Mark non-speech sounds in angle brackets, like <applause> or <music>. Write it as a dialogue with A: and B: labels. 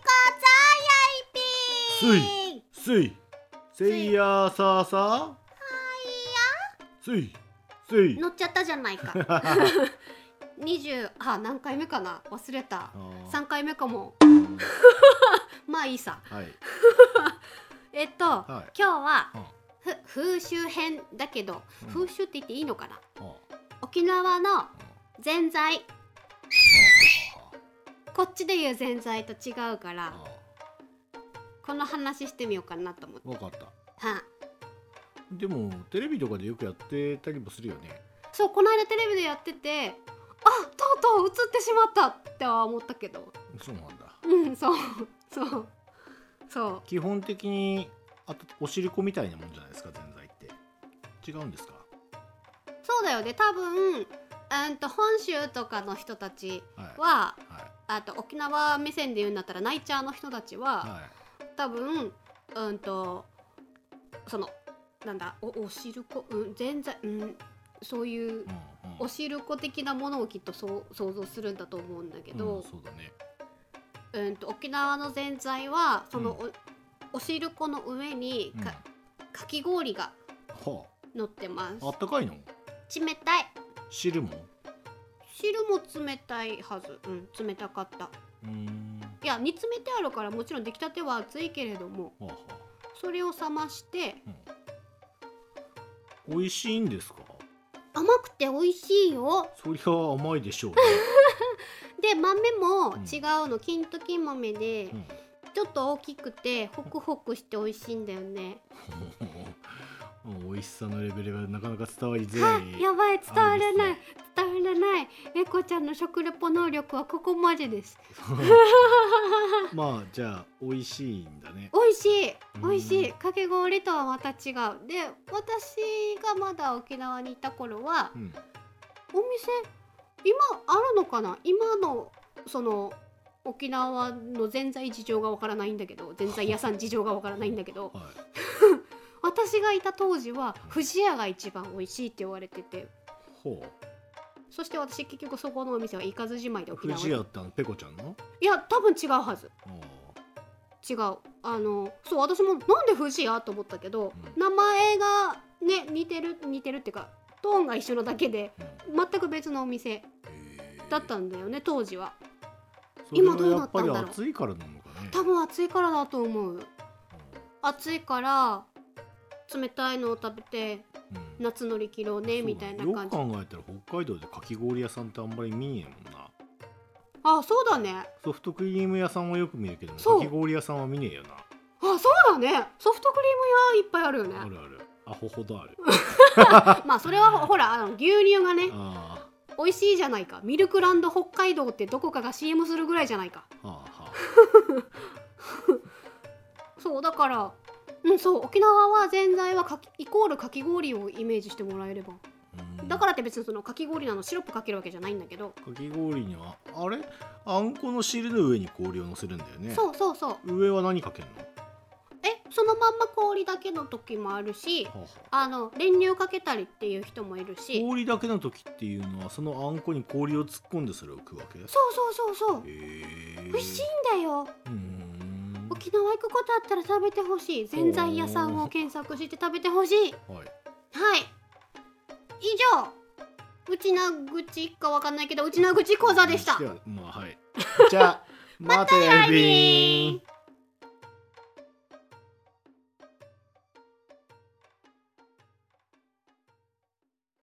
A: ちこざやいぴー
B: すいせいやさあさすいすい
A: 乗
B: <laughs>
A: っちゃったじゃないか20あ何回目かな忘れた
B: あ
A: 3回目かもまあいいさ
B: ーはい
A: えっと、
B: は
A: 今日は
B: うん、
A: ふ風習編だけど、
B: うん
A: 風習って言っていいのかな
B: あー
A: 沖縄のぜんざいこっちで言うぜんざいと違うか
B: あ
A: らこの話してみようかなと思って
B: 分かった
A: はい
B: でもテレビとかでよくやってたりもするよね
A: そうこの間テレビでやっててあとうとう映ってしまったっては思ったけど
B: そうなんだ
A: うんそうそうそう
B: 基本的にあとおしりこみたいなもんじゃないですかぜんざいって違うんですか
A: そうだよね多分うんと本州とかの人たち
B: はいは
A: はいあと沖縄目線で言うんだったらナイチャーの人たちは、
B: は
A: 多分うんとそのなんだおおしるこうん全然うんそういう
B: いうんうん
A: おしるこ的なものをきっとそう想像するんだと思うんだけ
B: うん
A: ど、
B: そうだね
A: うん、と沖縄のぜんざいはそのお,、おしるこの上に
B: うん
A: か,、かき氷が
B: は
A: 乗ってま
B: ああっ
A: す
B: たかいの
A: 冷たい
B: 汁も
A: 汁も冷たいはずうん冷たかった
B: うーん
A: いや煮詰めてあるからもちろん出来たては熱いけれども
B: はあはあ
A: それを冷まして
B: 美味しいんですか
A: 甘くて美味しいよ
B: そりゃ甘いでしょうね、 <laughs>
A: で豆も
B: うん
A: 違うの、金時豆で、
B: うん
A: ちょっと大きくてホクホクして美味しいんだよね、
B: もう美味しさのレベルがなかなか伝わりづら
A: はいやばい伝わらな
B: あ
A: い伝わらない猫ちゃんの食レポ能力はここまでです
B: <laughs> まあじゃあ美味しいんだね
A: 美味しい
B: うん
A: 美味しいかき氷とはまた違うで私がまだ沖縄にいた頃は
B: うん
A: お店今あるのかな今のその沖縄のぜんざい事情がわからないんだけどぜんざい屋さん事情がわからないんだけど
B: はい
A: 私がいた当時は不二家が一番美味しいって言われてて
B: ほ
A: そして私結局そこのお店は行かずじまいで
B: う
A: 沖
B: 藤
A: 縄に
B: 谷ってあのペコちゃんの
A: いや多分違うはず
B: あ
A: 違うあのそう私もなんで不二家と思ったけど、
B: うん
A: 名前がね似てる似てるっていうかトーンが一緒なだけで
B: あ、
A: 全く別のお店
B: うん
A: だったんだよね当時は
B: それは
A: 今どうなったんだろう
B: やっぱり暑いからなのかね
A: 多分暑いからだと思う暑いから冷たいのを食べて
B: うん
A: 夏乗り切ろうねみたいな感じ
B: そうだねよく考えたら北海道でかき氷屋さんってあんまり見ねえもんな
A: あそうだね
B: ソフトクリーム屋さんはよく見るけども
A: そう
B: かき氷屋さんは見ねえよな
A: あそうだねソフトクリーム屋いっぱいあるよね
B: あるあるアホほどある
A: まあそれはほほらあの牛乳がね
B: あ
A: 美味しいじゃないかミルクランド北海道ってどこかが CM するぐらいじゃないか
B: あはあは
A: そうだからうんそう沖縄はぜんざいはかきイコールかき氷をイメージしてもらえれば
B: あうん
A: だからって別にそのかき氷なのシロップかけるわけじゃないんだけど、
B: かき氷にはあれあんこの汁の上に氷を乗せるんだよね
A: そうそうそう
B: 上は何かけんの
A: えそのまんま氷だけの時もあるし
B: はあはあ
A: あの練乳かけたりっていう人もいるし
B: 氷だけの時っていうのはそのあんこに氷を突っ込んでそれを食うわけ
A: そうそうそうそう
B: へえ
A: 美味しいんだよ
B: うーん
A: 沖縄行くことあったら食べてほしいぜんざい屋さんを検索して食べてほしい
B: はい
A: はい。以上。うちなぐちかわかんないけど、うちなぐち講座でした。 <laughs>
B: はまあはいじゃあまたやるびーん